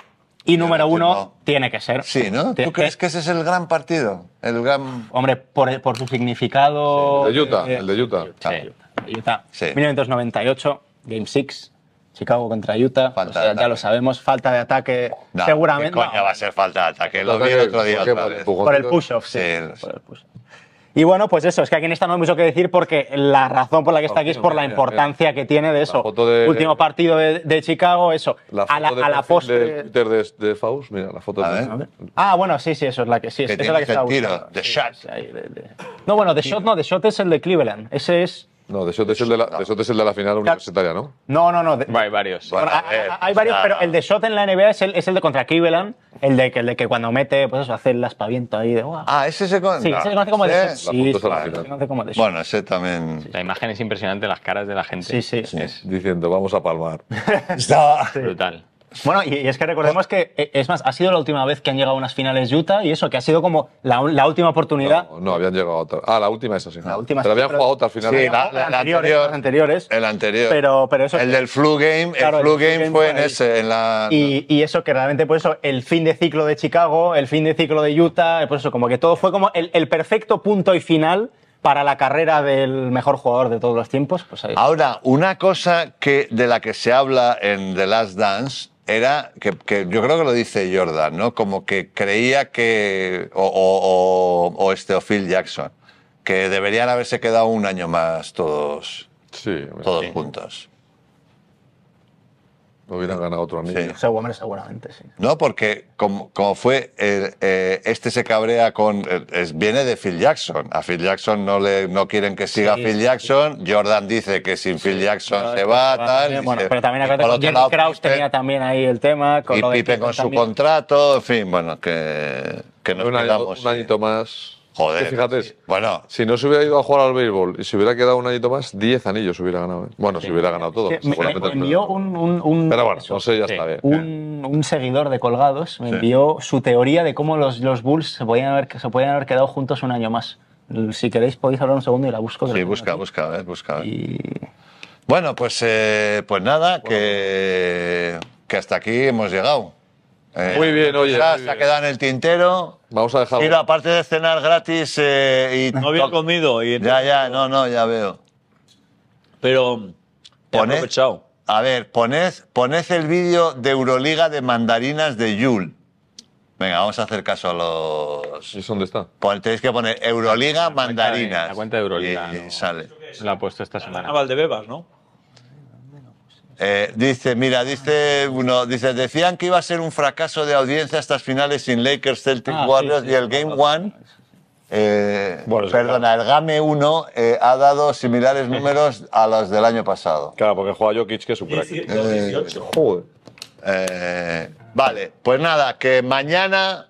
S4: Y número
S2: no,
S4: uno
S2: no.
S4: tiene que ser.
S2: Sí, ¿no?
S4: Tie-
S2: ¿Tú crees que ese es el gran partido? El gran.
S4: Hombre, por, por su significado.
S5: El de Utah,
S4: eh,
S5: el de Utah.
S6: Sí.
S4: Utah.
S2: Sí.
S4: 1998, Game 6, Chicago contra Utah.
S2: Falta
S4: O sea,
S2: de
S4: ya
S2: ataque.
S4: lo sabemos, falta de ataque.
S2: No,
S4: seguramente.
S2: ¿qué coño
S4: no,
S2: va a ser falta de ataque. Lo vi el otro día
S5: Porque
S2: otra
S5: por
S2: vez.
S5: empujoncitos-
S4: por el push-off, sí.
S2: Sí, el-
S4: por el push-off. Y bueno, pues eso, es que aquí en esta no hay mucho que decir porque la razón por la que está aquí es por la
S7: Mira, mira.
S4: importancia que tiene de eso.
S5: foto de-
S4: Último partido de, de Chicago, eso.
S5: La foto
S4: a la,
S5: de
S4: a la
S5: perfil
S4: postre.
S5: de Twitter de, de Faust, mira, la foto
S2: A
S5: de-
S2: ver.
S4: Ah, bueno, sí, sí, eso es la que sí.
S2: Que
S4: esa es la que
S2: tienes el
S4: estaba
S2: tiro,
S4: buscando.
S2: the
S4: Sí,
S2: shot.
S4: sí, ahí, de- de- No, bueno, The Shot no, The Shot es el de Cleveland. Ese es.
S5: No, de Shot es el de la, de Shot es el de la final universitaria, ¿no?
S4: No, no, no. de-
S6: Hay varios.
S2: Bueno,
S4: Ahora,
S2: a ver,
S4: a- a- hay varios,
S2: o sea,
S4: pero el de Shot en la NBA es el, es el de contra Cleveland, el de, que- el de que cuando mete, pues eso, hace el aspaviento ahí de. "Guau".
S2: Ah, ese se conoce.
S4: sí, ese se conoce como The Shot.
S5: La
S4: Sí,
S5: foto es a
S4: sí,
S5: la final.
S4: se conoce como The Shot.
S2: Bueno, ese también.
S6: La imagen es impresionante, las caras de la gente.
S4: Sí, sí.
S2: Sí.
S5: Diciendo, vamos a palmar.
S2: Está-
S6: Brutal.
S4: Bueno, y, y es que recordemos que, eh, es más, ha sido la última vez que han llegado a unas finales Utah y eso, que ha sido como la, un- la última oportunidad.
S5: No, no, habían llegado a otra. Ah, la última es así.
S4: La última sí,
S5: Pero habían
S4: pero-
S5: jugado otra al final.
S2: Sí, la-
S4: Las
S2: la
S4: anteriores,
S2: anterior.
S4: las anteriores.
S2: El anterior.
S4: Pero- pero eso
S2: El
S4: que-
S2: del flu game.
S4: Claro,
S2: el flu game, fue en ese, en la.
S4: Y, y eso que realmente, por eso, el fin de ciclo de Chicago, el fin de ciclo de Utah, por eso, como que todo fue como el, el perfecto punto y final para la carrera del mejor jugador de todos los tiempos. Pues ahí.
S2: Ahora, una cosa que, de la que se habla en The Last Dance era que, que yo creo que lo dice Jordan, ¿no? Como que creía que. O, o- o- o este, o Phil Jackson, que deberían haberse quedado un año más todos,
S5: Sí,
S2: todos juntos.
S5: no hubieran ganado otro anillo.
S2: Sí.
S4: Segu- hombre, seguramente, sí.
S2: No, porque como, como fue, el, eh, este se cabrea con, eh, es- viene de Phil Jackson. A Phil Jackson no le no quieren que siga
S4: Sí,
S2: Phil
S4: sí,
S2: Jordan. Jordan dice que sin Phil Jackson se va, Ah, tal. y
S4: eh, Bueno,
S2: se-
S4: pero también
S2: y
S4: acuérdate
S2: por
S4: que
S2: otro
S4: Jerry
S2: lado, este
S4: Krause
S2: Pippen-
S4: tenía también ahí el tema. Con
S2: y
S4: lo de
S2: Pipe
S4: Pippen
S2: con su
S4: también.
S2: contrato, en fin, bueno, que, que nos
S5: Un, año-
S2: quedamos.
S5: un añito más.
S2: Joder.
S5: Que fíjate,
S2: Bueno,
S5: si no se hubiera ido a jugar al béisbol y se hubiera quedado un añito más, 10 anillos hubiera ganado. ¿eh? Bueno, se hubiera ganado todo.
S4: Sí, me- me,
S5: seguramente.
S4: envió un, un- un-
S5: Pero bueno,
S4: eso,
S5: no sé, ya
S6: Sí.
S5: está bien.
S4: un- un seguidor de Colgados me envió su teoría de cómo los, los Bulls se podían, haber, se podían haber quedado juntos un año más. Si queréis podéis hablar un segundo y la busco. que la
S2: sí,
S4: tengo
S2: busca,
S4: aquí.
S2: busca, a ver, busca. a ver.
S4: Y
S2: Bueno, pues, eh, pues nada, que, que hasta aquí hemos llegado. Eh,
S5: Muy bien, oye,
S2: ya
S5: muy
S2: se ha
S5: bien.
S2: quedado en el tintero.
S5: Vamos a
S2: Y
S5: dejarlo.
S2: aparte de cenar gratis eh, y
S3: No había
S2: to-
S3: comido, y
S2: Ya, ya, no, no, ya veo.
S3: pero he
S2: Poned-
S3: aprovechado.
S2: A ver, poned, poned el vídeo de Euroliga de mandarinas de Yul. Venga, vamos a hacer caso a
S5: ¿Y
S2: los.
S5: eso dónde está?
S2: Pon- tenéis que poner Euroliga
S6: cuenta de-
S2: mandarinas.
S6: la cuenta de Euroliga,
S2: Y, y
S6: no.
S2: sale.
S6: Lo ha puesto esta
S3: A
S6: semana.
S3: Valdebebas, ¿no?
S2: Eh, dice, mira, dice uno, dice, decían que iba a ser un fracaso de audiencia estas finales sin Lakers, Celtic
S4: Ah, sí,
S2: Warriors
S4: sí,
S2: y el
S4: sí,
S2: Game
S4: sí.
S2: One. eh,
S7: Bueno, sí,
S2: perdona, el Game 1 eh, ha dado similares números a los del año pasado.
S7: Claro, porque juega Jokic, que es un crack.
S3: 18.
S5: Joder.
S2: Eh, vale, pues nada, que mañana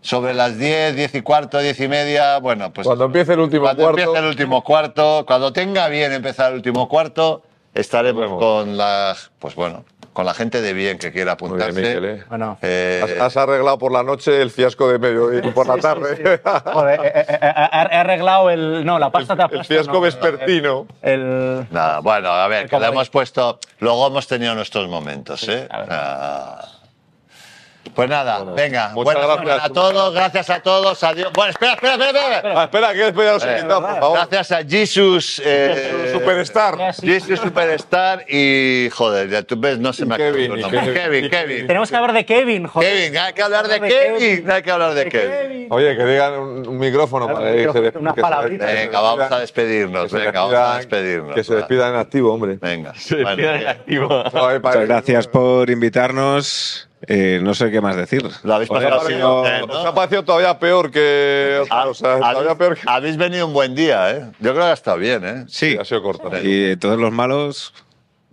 S2: sobre las 10, 10 y cuarto, 10 y media, bueno, pues
S5: Cuando empiece el último
S2: cuando
S5: cuarto.
S2: empiece el último cuarto, cuando tenga bien empezar el último cuarto, estaremos
S5: Vemos.
S2: con la, pues bueno, con la gente de bien que quiera
S5: Muy bien,
S2: apuntarse.
S5: Miquel, ¿eh?
S4: bueno,
S2: Eh,
S5: Has, has arreglado por la noche el fiasco de medio y por la tarde.
S4: joder, eh, eh, eh, he he arreglado el. No, la pasta te ha
S5: el
S4: puesto,
S5: fiasco
S4: no,
S5: vespertino.
S4: El,
S2: nada, bueno, a ver, que lo
S4: comodín.
S2: hemos puesto, luego hemos tenido nuestros momentos, ¿eh?
S4: a ver.
S2: Ah. pues nada, venga,
S5: muchas
S2: buenas
S5: gracias.
S2: noches a todos, gracias a todos, adiós. Bueno, espera, espera, espera, espera.
S5: Ah, espera, que después ya los he
S2: Eh,
S5: quitado, por favor.
S2: Gracias a Jesus. eh,
S5: Superstar.
S4: Gracias.
S2: Jesus Superstar y. Joder, ya tú ves, no se me acuerda
S5: Kevin,
S2: el nombre.
S5: y
S2: Kevin,
S5: Kevin.
S2: Kevin.
S4: tenemos que hablar de Kevin, joder.
S2: Kevin, hay que hablar de Kevin. Hay que hablar de Kevin.
S5: Oye, que digan un, un micrófono para que se
S4: Unas
S5: que se-
S4: palabritas.
S5: que se
S2: Venga, vamos a
S5: despidan-
S2: despedirnos.
S5: que se
S2: Venga, vamos a
S5: despidan-
S2: despedirnos.
S5: Que se despidan en activo, hombre.
S2: Venga.
S6: Piedra
S2: bueno, eh,
S6: en activo.
S5: Ay, padre.
S8: Muchas gracias por invitarnos. Eh, no sé qué más decir.
S2: Lo habéis
S8: Os
S5: Os
S8: ha
S5: ha
S2: pasado
S8: parecido-
S2: bien,
S5: parecido- os ha parecido todavía peor que.
S2: ha-
S5: Ah, O sea, todavía peor
S2: habéis,
S5: que.
S2: habéis venido un buen día, ¿eh? Yo creo que ha estado bien, ¿eh?
S8: Sí.
S5: Ha sido corta.
S8: Y todos los malos.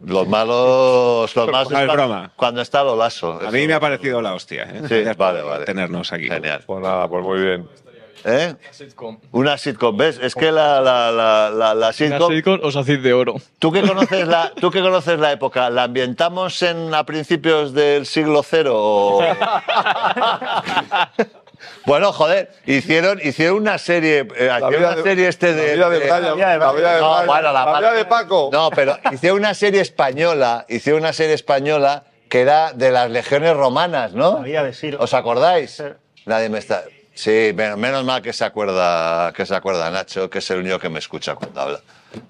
S2: Los malos. Los malos.
S8: no es
S2: están-
S8: broma.
S2: Cuando está lo lazo.
S8: A mí me ha parecido la hostia. ¿eh?
S2: Sí,
S8: Gracias por
S2: vale, vale.
S8: Tenernos aquí.
S2: Genial.
S5: Pues nada, pues muy bien.
S2: ¿Eh?
S9: sitcom.
S2: Una sitcom, ¿ves? Es que la, la, la, la, la
S9: Una
S2: sitcom...
S9: sitcom os hacéis de oro.
S2: ¿Tú que, conoces la, tú que conoces la época, ¿la ambientamos en, a principios del siglo cero? o- bueno, joder, hicieron, hicieron una serie, eh,
S5: La
S2: hicieron
S5: vida
S2: una
S5: de-
S2: serie este
S5: La
S2: de...
S5: vida de
S2: de-
S5: Brian,
S4: vida de
S5: la vida de
S2: No,
S5: Brian,
S2: bueno, la
S5: la vida
S2: parte-
S5: de Paco.
S2: No, pero hice una serie española, hice una serie española que era de las legiones romanas, ¿no?
S4: La vida de Ciro.
S2: ¿Os acordáis? Nadie me está. Sí, menos, menos mal que se acuerda, que se acuerda Nacho, que es el único que me escucha cuando habla.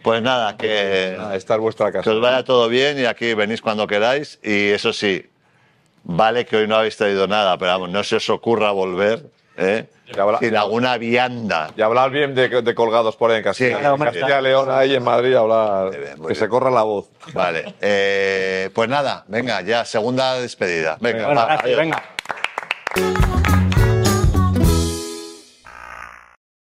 S2: Pues nada, que,
S5: Ah, Esta es vuestra
S2: que
S5: casa.
S2: os vaya todo bien y aquí venís cuando queráis. Y eso sí, vale que hoy no habéis traído nada, pero vamos, no se os ocurra volver ¿eh?
S5: Ya habrá-
S2: sin alguna vianda.
S5: Y hablar bien de, de colgados por ahí en
S2: Sí,
S5: Castilla.
S2: claro,
S5: en
S2: hombre,
S5: Castilla y León, ahí en Madrid, hablar.
S2: Muy bien, muy
S5: que se
S2: bien.
S5: corra la voz.
S2: Vale, eh, pues nada, venga, ya, segunda despedida. Venga,
S4: Bueno,
S2: va,
S4: gracias,
S2: adiós.
S4: venga.